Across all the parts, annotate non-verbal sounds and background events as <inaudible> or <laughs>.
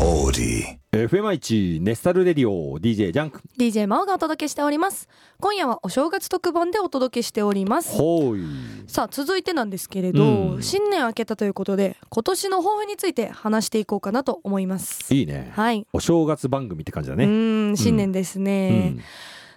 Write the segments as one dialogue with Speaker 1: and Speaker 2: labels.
Speaker 1: オーデ
Speaker 2: FM1 ネスタルレディオ DJ ジャンク
Speaker 3: DJ マオがお届けしております今夜はお正月特番でお届けしております
Speaker 2: ほーい
Speaker 3: さあ続いてなんですけれど、
Speaker 2: うん
Speaker 3: 新年明けたということで今年の抱負について話していこうかなと思います
Speaker 2: いいね
Speaker 3: はい
Speaker 2: お正月番組って感じだ
Speaker 3: う
Speaker 2: ね
Speaker 3: ん新年です
Speaker 2: う
Speaker 3: ね、
Speaker 2: ん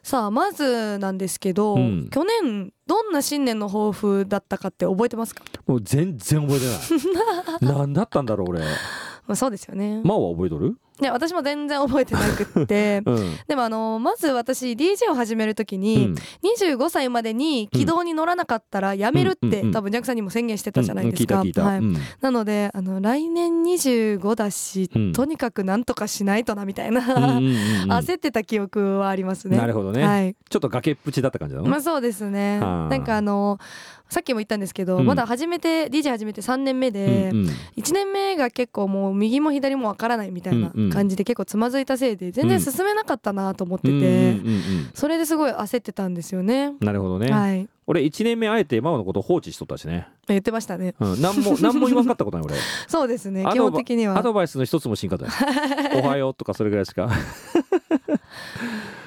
Speaker 3: さあまずなんですけど、
Speaker 2: うん
Speaker 3: 去年どんな新年の抱負だったかって覚えてますか、
Speaker 2: もう全然覚えて
Speaker 3: <laughs>
Speaker 2: ない何だったんだろう俺
Speaker 3: まあ、そうですよね、
Speaker 2: マオは覚えとる
Speaker 3: ね私も全然覚えてなくって
Speaker 2: <laughs> うん
Speaker 3: でもあのまず私 DJ を始めるとき
Speaker 2: う
Speaker 3: に、
Speaker 2: ん
Speaker 3: 25歳までに軌道に乗らなかったら辞めるって、
Speaker 2: うんうん
Speaker 3: 多分ジャックさんにも宣言してたじゃないですか、
Speaker 2: うん聞いた
Speaker 3: は
Speaker 2: 聞いた
Speaker 3: い
Speaker 2: うん
Speaker 3: なのであの来年25だし、
Speaker 2: うん
Speaker 3: とにかくなんとかしないとなみたいな、
Speaker 2: うんうんうんうん
Speaker 3: 焦ってた記憶はありますね
Speaker 2: なるほどね
Speaker 3: はい
Speaker 2: ちょっと崖っぷちだった感じなの
Speaker 3: まあそうですね
Speaker 2: はあ
Speaker 3: なんかあのさっきも言ったんですけど、
Speaker 2: うん
Speaker 3: まだ始めて DJ 始めて3年目
Speaker 2: う
Speaker 3: で、
Speaker 2: んうん
Speaker 3: 1年目が結構もう右も左もわからないみたいな
Speaker 2: うんうん
Speaker 3: 感じで結構つまずいたせいで全然進めなかったなと思ってて、
Speaker 2: うんうんうんうん
Speaker 3: それですごい焦ってたんですよね。
Speaker 2: なるほどね、
Speaker 3: はい
Speaker 2: 俺1年目あえてマオのこと放置しとったしね、
Speaker 3: 言ってましたね。
Speaker 2: うん、何も何も言わんかったことない俺
Speaker 3: <laughs> そうです
Speaker 2: ア
Speaker 3: ね
Speaker 2: ドバ
Speaker 3: 基本的に
Speaker 2: ア
Speaker 3: は
Speaker 2: ドバイスの一つもしんか
Speaker 3: <laughs>
Speaker 2: ったよおはようとかそれぐらいしか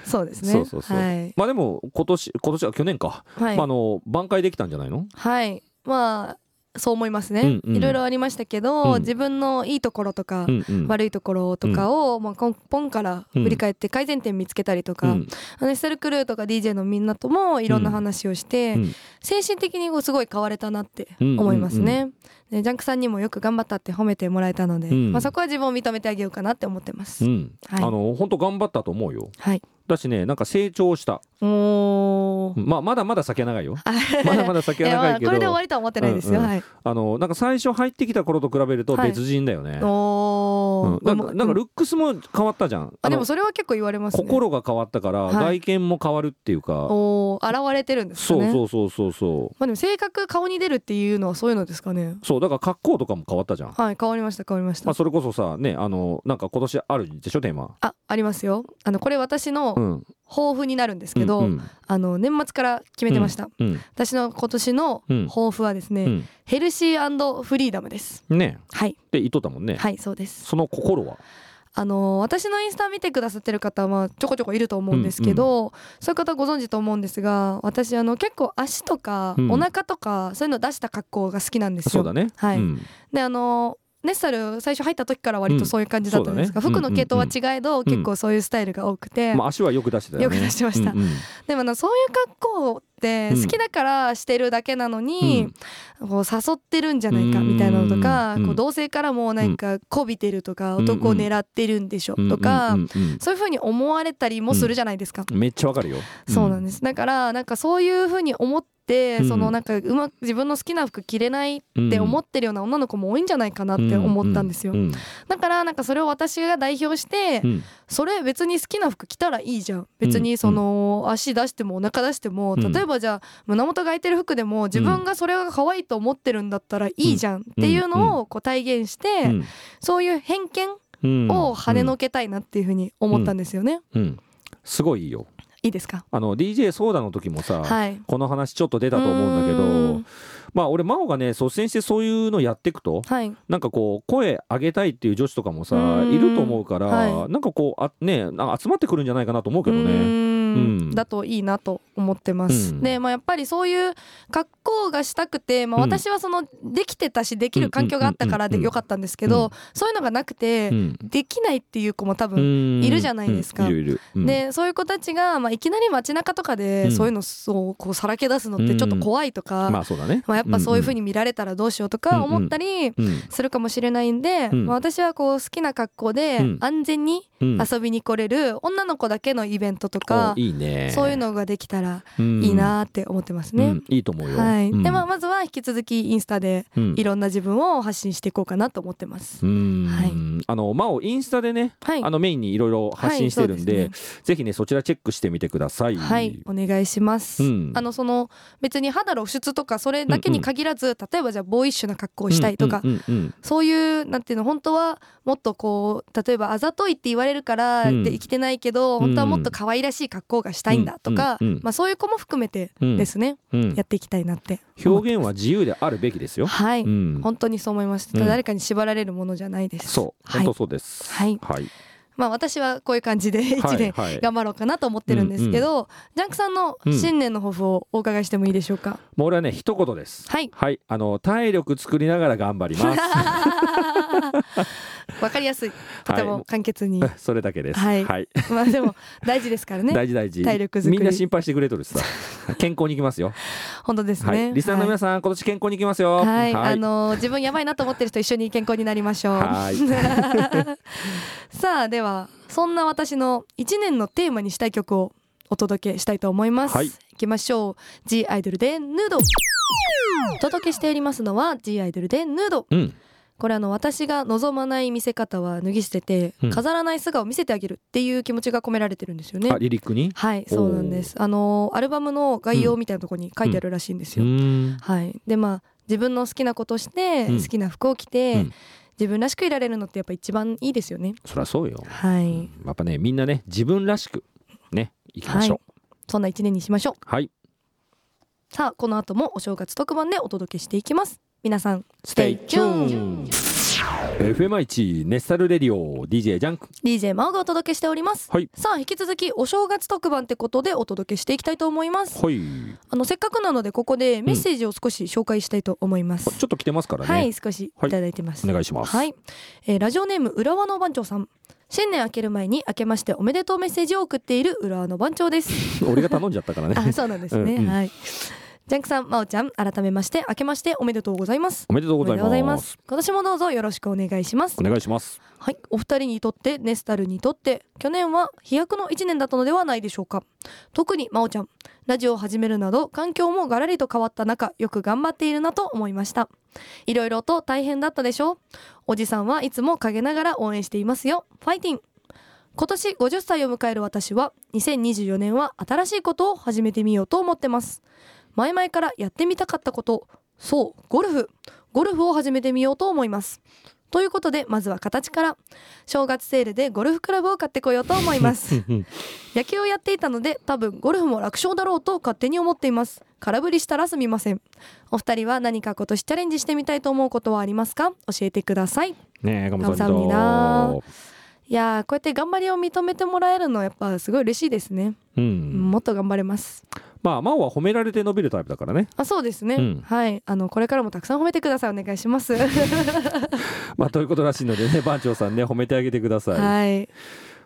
Speaker 3: そうですね。
Speaker 2: そうそうそう
Speaker 3: はい
Speaker 2: まあでも今年今年は去年か、
Speaker 3: はい、
Speaker 2: まあ、あの挽回できたんじゃないの
Speaker 3: はい、まあそう思いますね。
Speaker 2: うんうん
Speaker 3: いろいろありましたけど、
Speaker 2: うん
Speaker 3: 自分のいいところとか、
Speaker 2: うんうん
Speaker 3: 悪いところとかを、まあ、根本から振り返って改善点見つけたりとか、
Speaker 2: うん
Speaker 3: あのエステルクルーとか DJ のみんなともいろんな話をして、
Speaker 2: うんうん
Speaker 3: 精神的にすごい変われたなって思いますね。
Speaker 2: うん
Speaker 3: でジャンクさんにもよく頑張ったって褒めてもらえたので、
Speaker 2: うん
Speaker 3: まあ、そこは自分を認めてあげようかなって思ってます。
Speaker 2: うん
Speaker 3: はい
Speaker 2: あの本当頑張ったと思うよ
Speaker 3: はい、
Speaker 2: だしねなんか成長した、
Speaker 3: おー
Speaker 2: まあ、まだまだ先は長いよ
Speaker 3: <laughs>
Speaker 2: まだまだ先は長いけ
Speaker 3: やまあこ
Speaker 2: ど
Speaker 3: れで終わりとは思ってないですよ、
Speaker 2: うんうん
Speaker 3: はい
Speaker 2: あのなんか最初入ってきた頃と比べると別人だよね、
Speaker 3: お
Speaker 2: う
Speaker 3: ー
Speaker 2: ん、なん
Speaker 3: まあ
Speaker 2: かなんかルックスも変わったじゃん
Speaker 3: あで
Speaker 2: あの
Speaker 3: もそれは結構言われますね
Speaker 2: 心が変わったから
Speaker 3: は
Speaker 2: 外
Speaker 3: い
Speaker 2: 見も変わるっていうか、
Speaker 3: おー現れてるんですか
Speaker 2: そ
Speaker 3: ね
Speaker 2: うそうそうそうそう
Speaker 3: まあでも性格顔に出るっていうのはそういうのですかね
Speaker 2: そうだから格好とかも変わったじゃん、
Speaker 3: はい変わりました変わりました、
Speaker 2: まあ、それこそさねあのなんか今年あるでしょテーマ
Speaker 3: あありますよあのこれ私
Speaker 2: う
Speaker 3: の
Speaker 2: ん
Speaker 3: 抱負になるんですけど、
Speaker 2: うん
Speaker 3: あの年末から決めてました、
Speaker 2: うん
Speaker 3: 私の今年の
Speaker 2: うん
Speaker 3: 抱負はですね、
Speaker 2: うん
Speaker 3: ヘルシーフリーダムです
Speaker 2: うんね
Speaker 3: はい
Speaker 2: って言っとったもんね、
Speaker 3: はいそうです
Speaker 2: その心は
Speaker 3: あの私のインスタ見てくださってる方はちょこちょこいると思うんですけど、そういう方ご存知と思うんですが私あの結構足とか
Speaker 2: うん
Speaker 3: お腹とかそういうの出した格好が好きなんです
Speaker 2: そ
Speaker 3: よ。
Speaker 2: うだね、
Speaker 3: はい
Speaker 2: うん
Speaker 3: であのネッサル最初入った時から割とそういう感じだったんですが、
Speaker 2: うんそうだね
Speaker 3: 服の系統は違えど
Speaker 2: んうん
Speaker 3: 結構そういうスタイルが多くて、
Speaker 2: まあ、足はよく出してたよね
Speaker 3: よく出してました
Speaker 2: うんうん
Speaker 3: でもあのそういう格好って
Speaker 2: うん
Speaker 3: 好きだからしてるだけなのに、こう誘ってるんじゃないかみたいなのとか、
Speaker 2: うん
Speaker 3: こう同性からもなんかこびてるとか、男を狙ってるんでしょ
Speaker 2: うん
Speaker 3: とか。
Speaker 2: うんうん
Speaker 3: そういう風に思われたりもするじゃないですか。
Speaker 2: うんめっちゃわかるよ
Speaker 3: そうなん
Speaker 2: ん
Speaker 3: です。だからなんかそういう風に思って、
Speaker 2: うん
Speaker 3: そのなんかうまく自分の好きな服着れないっ
Speaker 2: って
Speaker 3: 思ってるような女の子も多いんじゃないかなって思ったんですよ。
Speaker 2: うんうん
Speaker 3: だからなんかそれを私が代表して、
Speaker 2: うん
Speaker 3: それ別に好きな服着たらいいじゃん。別にその足出してもお腹出しても、
Speaker 2: うん
Speaker 3: 例えばじゃあ胸元が開いてる服でも自分がそれが可愛いと思ってるんだったらいいじゃんっていうのをこう体現して、
Speaker 2: うん
Speaker 3: そういう偏見
Speaker 2: うん
Speaker 3: を跳ねのけたいなっていう風に思ったんですよね。
Speaker 2: うんうんすごいいいよ
Speaker 3: いいですか。
Speaker 2: あの DJ ソーダの時もさ、
Speaker 3: はい。
Speaker 2: この話ちょっと出たと思うんだけ
Speaker 3: う
Speaker 2: ど
Speaker 3: ん
Speaker 2: まあ俺真央がね率先してそういうのやっていくと
Speaker 3: はい。
Speaker 2: なんかこう声上げたいっていう女子とかもさ
Speaker 3: うん
Speaker 2: いると思うから、
Speaker 3: は
Speaker 2: なんかこうあねなんか集まってくるんじゃないかなと思うけ
Speaker 3: う
Speaker 2: どね。う
Speaker 3: ー
Speaker 2: ん
Speaker 3: んだといいなと思ってます。
Speaker 2: うん
Speaker 3: で、まあ、やっぱりそういう格好がしたくて、まあ、
Speaker 2: うん
Speaker 3: 私はそのできてたしできる環境があったから
Speaker 2: うんう
Speaker 3: で
Speaker 2: んうんうん
Speaker 3: よかったんですけ
Speaker 2: う
Speaker 3: ど
Speaker 2: ん
Speaker 3: そういうのがなくて
Speaker 2: うん
Speaker 3: できないっていう子も多
Speaker 2: う
Speaker 3: 分
Speaker 2: ん
Speaker 3: いるじゃないですか
Speaker 2: うんいるいる。うん、
Speaker 3: でそういう子たちが、まあ、いきなり街中とか
Speaker 2: う
Speaker 3: で
Speaker 2: ん
Speaker 3: そういうのそうこうさらけ出すのってちょっと怖いとか、
Speaker 2: まあそうだね。
Speaker 3: まあ、やっぱそういう風
Speaker 2: に、
Speaker 3: に見られたらどうしようとか思ったり
Speaker 2: うん
Speaker 3: するかもしれないんで、
Speaker 2: うん
Speaker 3: まあ、私はこう好きな格好で
Speaker 2: うん
Speaker 3: 安全に
Speaker 2: うんうん
Speaker 3: 遊びに来れる女の子だけのイベントとか
Speaker 2: おいいね。
Speaker 3: そういうのができたら
Speaker 2: うん
Speaker 3: いいなって思ってます
Speaker 2: う
Speaker 3: ね
Speaker 2: ん。いいと思うよ。
Speaker 3: はい、
Speaker 2: うん
Speaker 3: でまあまずは引き続きインスタで
Speaker 2: うん
Speaker 3: いろんな自分を発信していこうかなと思ってます。
Speaker 2: うん
Speaker 3: はい
Speaker 2: あの真央インスタでね、
Speaker 3: はい、
Speaker 2: あのメインにいろいろ発信してるんで,、
Speaker 3: はいそうで
Speaker 2: ぜひねそちらチェックしてみてください。
Speaker 3: はい、お願いします。
Speaker 2: うん
Speaker 3: あのその別に肌露出とかそれだけに限らず、例えばじゃあボーイッシュな格好をしたいとか、
Speaker 2: うんうんうん
Speaker 3: そういうなんていうの本当はもっとこう例えばあざといって言われれるからって
Speaker 2: うん
Speaker 3: 生きてないけど、
Speaker 2: ん
Speaker 3: 本当はもっと可愛らしい格好がしたいんだとか、
Speaker 2: うんうんうん
Speaker 3: まあそういう子も含めて
Speaker 2: うん
Speaker 3: ですね、
Speaker 2: うん
Speaker 3: やっていきたいなって
Speaker 2: 表現は自由であるべきですよ。
Speaker 3: はい、
Speaker 2: うん、
Speaker 3: 本当にそう思いました、
Speaker 2: うん
Speaker 3: 誰かに縛られるものじゃないです
Speaker 2: そう、
Speaker 3: はい
Speaker 2: 本当そうです。
Speaker 3: はい
Speaker 2: はい。
Speaker 3: まあ私はこういう感じで1年
Speaker 2: はいはい
Speaker 3: 頑張ろうかなと思ってるんですけど、ジャンクさんの新年の抱負をお伺いしてもいいでしょうか、
Speaker 2: もう俺はね一言です。
Speaker 3: はい
Speaker 2: はい、あの体力作りながら頑張り
Speaker 3: <laughs>
Speaker 2: ます。
Speaker 3: わかりやすいとても簡潔に、
Speaker 2: <laughs> それだけです。
Speaker 3: はい
Speaker 2: はい、
Speaker 3: <laughs> まあでも大事ですから
Speaker 2: <laughs>
Speaker 3: ね
Speaker 2: 大事大事。
Speaker 3: 体力作り
Speaker 2: みんな心配してくれとるし
Speaker 3: <laughs>
Speaker 2: さ。健康に行きますよ。
Speaker 3: 本当ですね、
Speaker 2: はい。リスナーの皆さん、今年健康に行きますよ。
Speaker 3: はい、あのー自分やばいなと思ってる人一緒に健康になりましょ <laughs> う。
Speaker 2: はい
Speaker 3: <laughs> さあではそんな私の一年のテーマにしたい曲をお届けしたいと思います。
Speaker 2: はい
Speaker 3: い、きましょう。G アイドルでヌード。お届けしておりますのは G アイドルでヌード。
Speaker 2: うん。
Speaker 3: これあの私が望まない見せ方は脱ぎ捨てて、
Speaker 2: うん
Speaker 3: 飾らない素顔を見せてあげるっていう気持ちが込められてるんですよね
Speaker 2: あ、。リリックに。
Speaker 3: はい、そうなんです。あのーアルバムの概要みたいなところに書いてあるらしいんです
Speaker 2: う
Speaker 3: よ。
Speaker 2: ん。
Speaker 3: はい、でまあ自分の好きなことをして、
Speaker 2: うん
Speaker 3: 好きな服を着て、
Speaker 2: うん
Speaker 3: 自分らしくいられるのってやっぱ一番いいですよね
Speaker 2: そりゃそうよ。
Speaker 3: はい、
Speaker 2: やっぱね、みんなね、自分らしく。ね、行きましょう。
Speaker 3: そんな一年にしましょ
Speaker 2: はい。
Speaker 3: うさあこの後もお正月特番でお届けしていきます皆さん
Speaker 2: Stay tuned。FM1 ネスタルレディオ DJ ジャンク
Speaker 3: DJ マオがお届けしております、
Speaker 2: はい
Speaker 3: さあ引き続きお正月特番ってことでお届けしていきたいと思います
Speaker 2: はい
Speaker 3: あのせっかくなのでここでメッセージを少し紹介したいと思います、
Speaker 2: ちょっと来てますからね、
Speaker 3: はい少しいただいてます、
Speaker 2: お願いします、
Speaker 3: はい、えーラジオネーム浦和の番長さん新年明ける前に明けましておめでとうメッセージを送っている浦和の番長です
Speaker 2: <laughs> 俺が頼んじゃったからね
Speaker 3: <laughs> あそうなんですね、
Speaker 2: うんうん
Speaker 3: はいジャンクさんまおちゃん改めまして明けましておめでとうございます
Speaker 2: おめでとうご
Speaker 3: お
Speaker 2: ざいます
Speaker 3: 今年もどうぞよろしくお願いします
Speaker 2: お願いします
Speaker 3: はいお二人にとってネスタルにとって去年は飛躍の一年だったのではないでしょうか特にまおちゃんラジオを始めるなど環境もガラリと変わった中よく頑張っているなと思いましたいろいろと大変だったでしょうおじさんはいつも陰ながら応援していますよファイティン今年50歳を迎える私は2024年は新しいことを始めてみようと思ってます前々からやってみたかったことそうゴルフゴルフを始めてみようと思いますということでまずは形から正月セールでゴルフクラブを買ってこようと思います野球をやっていたので多分ゴルフも楽勝だろうと勝手に思っています空振りしたらすみませんお二人は何か今年チャレンジしてみたいと思うことはありますか教えてください
Speaker 2: <laughs> ねえ頑張っ
Speaker 3: 頑張いやーこうやって頑張りを認めてもらえるのはやっぱすごい嬉しいですね、
Speaker 2: う
Speaker 3: うん
Speaker 2: ん
Speaker 3: もっと頑張れます
Speaker 2: まあ真央は褒められて伸びるタイプだからね
Speaker 3: あそうですね、
Speaker 2: うん
Speaker 3: はいあのこれからもたくさん褒めてくださいお願いします <laughs>
Speaker 2: まあということらしいのでね <laughs> 番長さんね褒めてあげてください、
Speaker 3: はい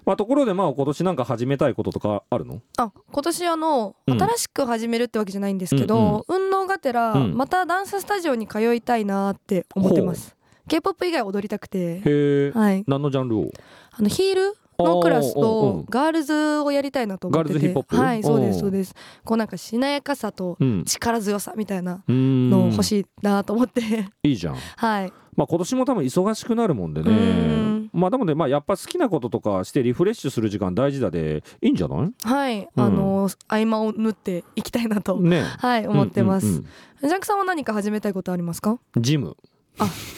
Speaker 2: まあところで真央今年なんか始めたいこととかあるの
Speaker 3: あ今年あの、
Speaker 2: うん
Speaker 3: 新しく始めるってわけじゃないんですけど、運動がてら、
Speaker 2: うん
Speaker 3: またダンススタジオに通いたいなーって思ってます K-POP 以外踊りたくて
Speaker 2: へえ、
Speaker 3: はい
Speaker 2: 何のジャンルを
Speaker 3: あのヒールのクラス
Speaker 2: おーおーう
Speaker 3: と
Speaker 2: ん
Speaker 3: ガールズをやりたいなと思ってて
Speaker 2: ガールズヒップホップ
Speaker 3: はいそうで
Speaker 2: おー
Speaker 3: すそうですこうなんかしなやかさと
Speaker 2: うん
Speaker 3: 力強さみたいな
Speaker 2: うん
Speaker 3: の欲しいなと思って <laughs>
Speaker 2: いいじゃん
Speaker 3: はい
Speaker 2: まあ今年も多分忙しくなるもんで
Speaker 3: う
Speaker 2: ね
Speaker 3: ん
Speaker 2: まあでもねまあやっぱ好きなこととかしてリフレッシュする時間大事だでいいんじゃない
Speaker 3: はい、あの合間を縫っていきたいなと、
Speaker 2: ね
Speaker 3: はい思ってます、
Speaker 2: うんうん
Speaker 3: ジャンクさんは何か始めたいことありますか
Speaker 2: うんジム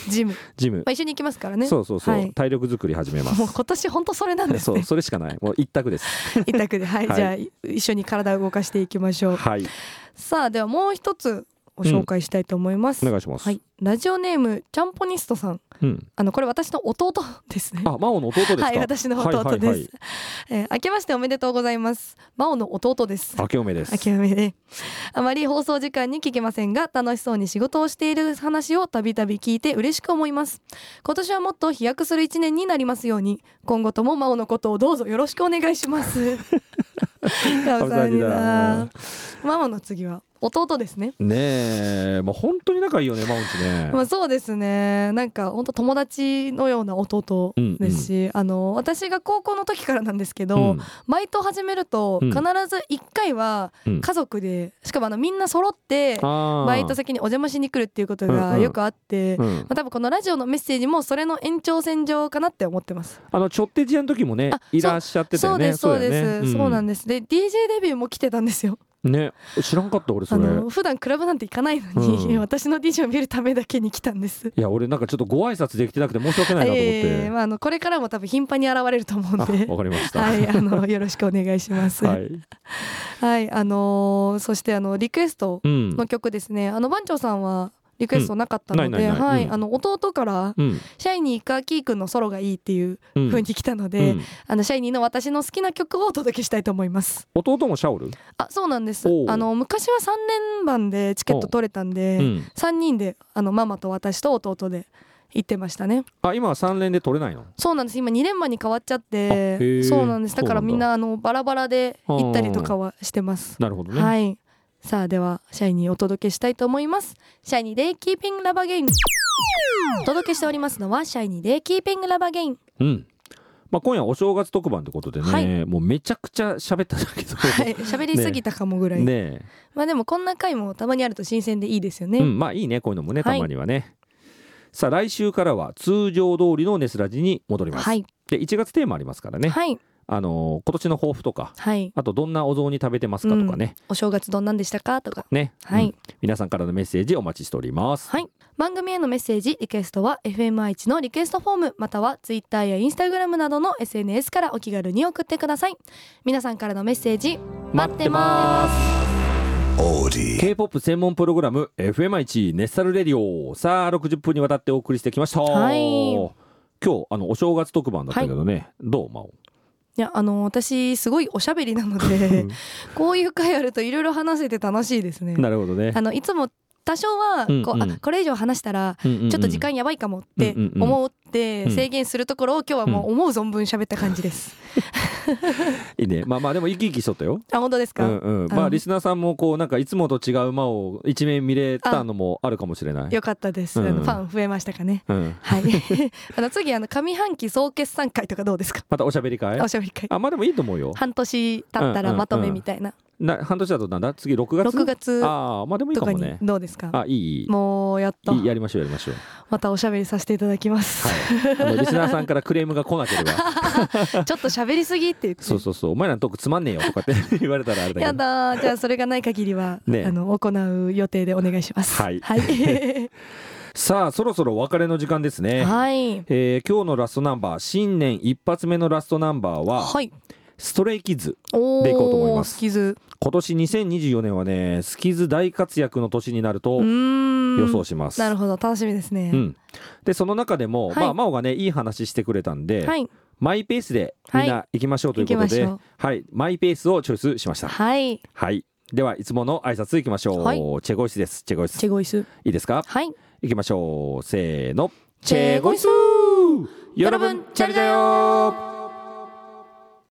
Speaker 3: ジム、ま
Speaker 2: ジム
Speaker 3: あ、一緒に行きますからね
Speaker 2: そうそうそう、
Speaker 3: はい
Speaker 2: 体力作り始めます
Speaker 3: もう今年本当それなんです
Speaker 2: <laughs> そう
Speaker 3: ね
Speaker 2: それしかないもう一択です
Speaker 3: 一択ではい、
Speaker 2: はい
Speaker 3: じゃあい一緒に体を動かしていきましょう
Speaker 2: はい
Speaker 3: さあではもう一つご紹介したいと思います、
Speaker 2: お願いします、
Speaker 3: はいラジオネームちゃんぽニストさん
Speaker 2: うん、
Speaker 3: あのこれ私の弟ですね
Speaker 2: あ真央の弟ですか
Speaker 3: はい私の弟です、
Speaker 2: はいはいはい
Speaker 3: えー明けましておめでとうございます真央の弟です
Speaker 2: 明けおめです
Speaker 3: あきらめであまり放送時間に聞けませんが楽しそうに仕事をしている話をたびたび聞いて嬉しく思います今年はもっと飛躍する一年になりますように今後とも真央のことをどうぞよろしくお願いしま
Speaker 2: <laughs>
Speaker 3: す <laughs> 感謝になママの次は弟ですね
Speaker 2: ねえもう本当に仲いいよね真央んちね、
Speaker 3: まあそうですねなんか本当友達のような弟ですし、あの私が高校の時からなんですけど、
Speaker 2: うん
Speaker 3: バイト始めると
Speaker 2: うん
Speaker 3: 必ず1回は
Speaker 2: うん
Speaker 3: 家族で、しかもあのみんな揃っ
Speaker 2: あ
Speaker 3: て
Speaker 2: ー
Speaker 3: バイト先にお邪魔しに来るっていうこと
Speaker 2: うんう
Speaker 3: が
Speaker 2: ん
Speaker 3: よくあって、
Speaker 2: うん
Speaker 3: まあ、多分このラジオのメッセージもそれの延長線上かなって思ってます。
Speaker 2: あのちょってじやの時もね
Speaker 3: あ
Speaker 2: いらっしゃってた
Speaker 3: そ
Speaker 2: よ
Speaker 3: う
Speaker 2: ね
Speaker 3: ですそう
Speaker 2: だ
Speaker 3: です
Speaker 2: よ
Speaker 3: そう,、
Speaker 2: ね
Speaker 3: なんですで DJ デビューも来てたんですよ
Speaker 2: ね知らんかった俺
Speaker 3: あ
Speaker 2: それ
Speaker 3: の普段クラブなんて行かないのに、
Speaker 2: うん
Speaker 3: <laughs> 私の DJ を見るためだけに来たんです。
Speaker 2: いや俺なんかちょっとご挨拶できてなくて申し訳ないなと思って、
Speaker 3: ええまあ、あのこれからも多分頻繁に現れると思うんで
Speaker 2: あわ。かりました、
Speaker 3: <laughs> はい、あのよろしくお願いします。
Speaker 2: は
Speaker 3: はい、
Speaker 2: い
Speaker 3: あのーそしてあのリクエスト <laughs>
Speaker 2: うん
Speaker 3: の曲ですね。あの番長さんはリクエストなかったの
Speaker 2: うんない
Speaker 3: で、
Speaker 2: ないない
Speaker 3: はい、
Speaker 2: うん
Speaker 3: あの弟から
Speaker 2: うん
Speaker 3: シャイニーかキーくんのソロがいいっていう
Speaker 2: うん
Speaker 3: 風に来たので、
Speaker 2: うん
Speaker 3: あのシャイニーの私の好きな曲をお届けしたいと思います。
Speaker 2: 弟もシャオル、
Speaker 3: あ、そうなんです
Speaker 2: お。う
Speaker 3: あの昔は三連番でチケット取れたん
Speaker 2: う
Speaker 3: で、
Speaker 2: ん
Speaker 3: 三人であのママと私と弟で行ってましたね。
Speaker 2: あ今は3連で取れないの
Speaker 3: そうなんです今2連番に変わっちゃっ
Speaker 2: あへ
Speaker 3: て
Speaker 2: ー
Speaker 3: そうなんですだから
Speaker 2: そうなんだ
Speaker 3: みんなあのバラバラで行ったりとかはしてます、
Speaker 2: なるほどね、
Speaker 3: はいさあではシャイニーお届けしたいと思いますシャイニーでキーピングラバーゲインお届けしておりますのはシャイニーでキーピングラバーゲイン
Speaker 2: うんまあ、今夜はお正月特番ということでね、
Speaker 3: はい
Speaker 2: もうめちゃくちゃ喋ったんだけど、
Speaker 3: はい喋りすぎたかもぐらい、
Speaker 2: ね
Speaker 3: まあでもこんな回もたまにあると新鮮でいいですよね、
Speaker 2: え、うん、まあいいねこういうのもね
Speaker 3: は
Speaker 2: た
Speaker 3: い
Speaker 2: まにはね、さあ来週からは通常通りのネスラジに戻ります、
Speaker 3: はい
Speaker 2: で1月テーマありますからね、
Speaker 3: はい
Speaker 2: あのー今年の抱負とか
Speaker 3: はい
Speaker 2: あとどんなお雑煮食べてますかとかね、
Speaker 3: お正月どんなんでしたかとか
Speaker 2: ね、
Speaker 3: は
Speaker 2: う
Speaker 3: い
Speaker 2: ん皆さんからのメッセージお待ちしております
Speaker 3: はい番組へのメッセージリクエストは FMI1 のリクエストフォームまたは Twitter や Instagram などの SNS からお気軽に送ってください皆さんからのメッセージ待ってます
Speaker 2: す
Speaker 1: Audi.
Speaker 2: K-POP 専門プログラム FMI1 ネッサルレディオさあ60分にわたってお送りしてきました、
Speaker 3: はい
Speaker 2: 今日あのお正月特番だったけどね、どうまお
Speaker 3: いやあの私すごいおしゃべりなのでこういう回あるといろいろ話せて楽しいですね
Speaker 2: なるほどね
Speaker 3: あのいつも多少は
Speaker 2: うん
Speaker 3: こう、
Speaker 2: うん
Speaker 3: あこれ以上話したら
Speaker 2: ちょ
Speaker 3: ちょっと時間やばいかもって
Speaker 2: うんうんうん
Speaker 3: 思って
Speaker 2: うん
Speaker 3: 制限するところを今日はもう思う存分喋った感じです、
Speaker 2: いいねまあまあでも生き生きしとったよ
Speaker 3: あ本当です
Speaker 2: う
Speaker 3: か、
Speaker 2: んうんま
Speaker 3: う
Speaker 2: あ
Speaker 3: ん
Speaker 2: リスナーさんもこうなんかいつもと違う馬を一面見れたのもあるかもしれない
Speaker 3: よかったです、あ
Speaker 2: うんう
Speaker 3: の
Speaker 2: ん
Speaker 3: ファン増えましたかね
Speaker 2: うん
Speaker 3: はい。 <laughs> あの次あの上半期総決算会とかどうですか。
Speaker 2: またおしゃべり会
Speaker 3: おしゃべり会。
Speaker 2: あまあでもいいと思うよ
Speaker 3: 半年経ったらまとめみたいな。
Speaker 2: な半年だとなんだ次6月
Speaker 3: 6月
Speaker 2: ああまあでもいい
Speaker 3: と
Speaker 2: か
Speaker 3: か
Speaker 2: も
Speaker 3: に
Speaker 2: ね
Speaker 3: どうですか。
Speaker 2: あいいいい
Speaker 3: もうやっと
Speaker 2: いいやりましょうやりましょう
Speaker 3: またおしゃべりさせていただきます。
Speaker 2: あのリスナーさんからクレームが来なけれ
Speaker 3: <laughs>
Speaker 2: ば
Speaker 3: ちょっと喋りすぎって言って。
Speaker 2: そうそうそうお前らのトークつまんねえよとかって <laughs> 言われたらあれだけ
Speaker 3: や
Speaker 2: ど
Speaker 3: だーじゃあそれがない限りは、
Speaker 2: ね
Speaker 3: あの行う予定でお願いします。
Speaker 2: はい <laughs>
Speaker 3: はい。
Speaker 2: さあそろそろお別れの時間ですね
Speaker 3: はい。
Speaker 2: えー今日のラストナンバー新年一発目のラストナンバーは
Speaker 3: はい。
Speaker 2: ストレイキッズ
Speaker 3: お
Speaker 2: でいこうと思い
Speaker 3: お。
Speaker 2: ます
Speaker 3: スキズ。
Speaker 2: 今年2024年はねスキズ大活躍の年になる
Speaker 3: う
Speaker 2: と
Speaker 3: ーん。
Speaker 2: 予想します。
Speaker 3: なるほど楽しみですね。
Speaker 2: うん、でその中でも、
Speaker 3: はい
Speaker 2: まあ、真央がねいい話してくれたんで、
Speaker 3: はい。
Speaker 2: マイペースでみんな行きましょうということで、
Speaker 3: 行きましょ
Speaker 2: はいマイペースをチョイスしました。
Speaker 3: はい。
Speaker 2: はいではいつもの挨拶行きましょう、
Speaker 3: はい
Speaker 2: チェゴイスですチェゴイス
Speaker 3: チェゴイス。
Speaker 2: いいですか
Speaker 3: はい。
Speaker 2: 行きましょうせーの
Speaker 3: チェゴイス
Speaker 2: チェゴイス여러분잘자요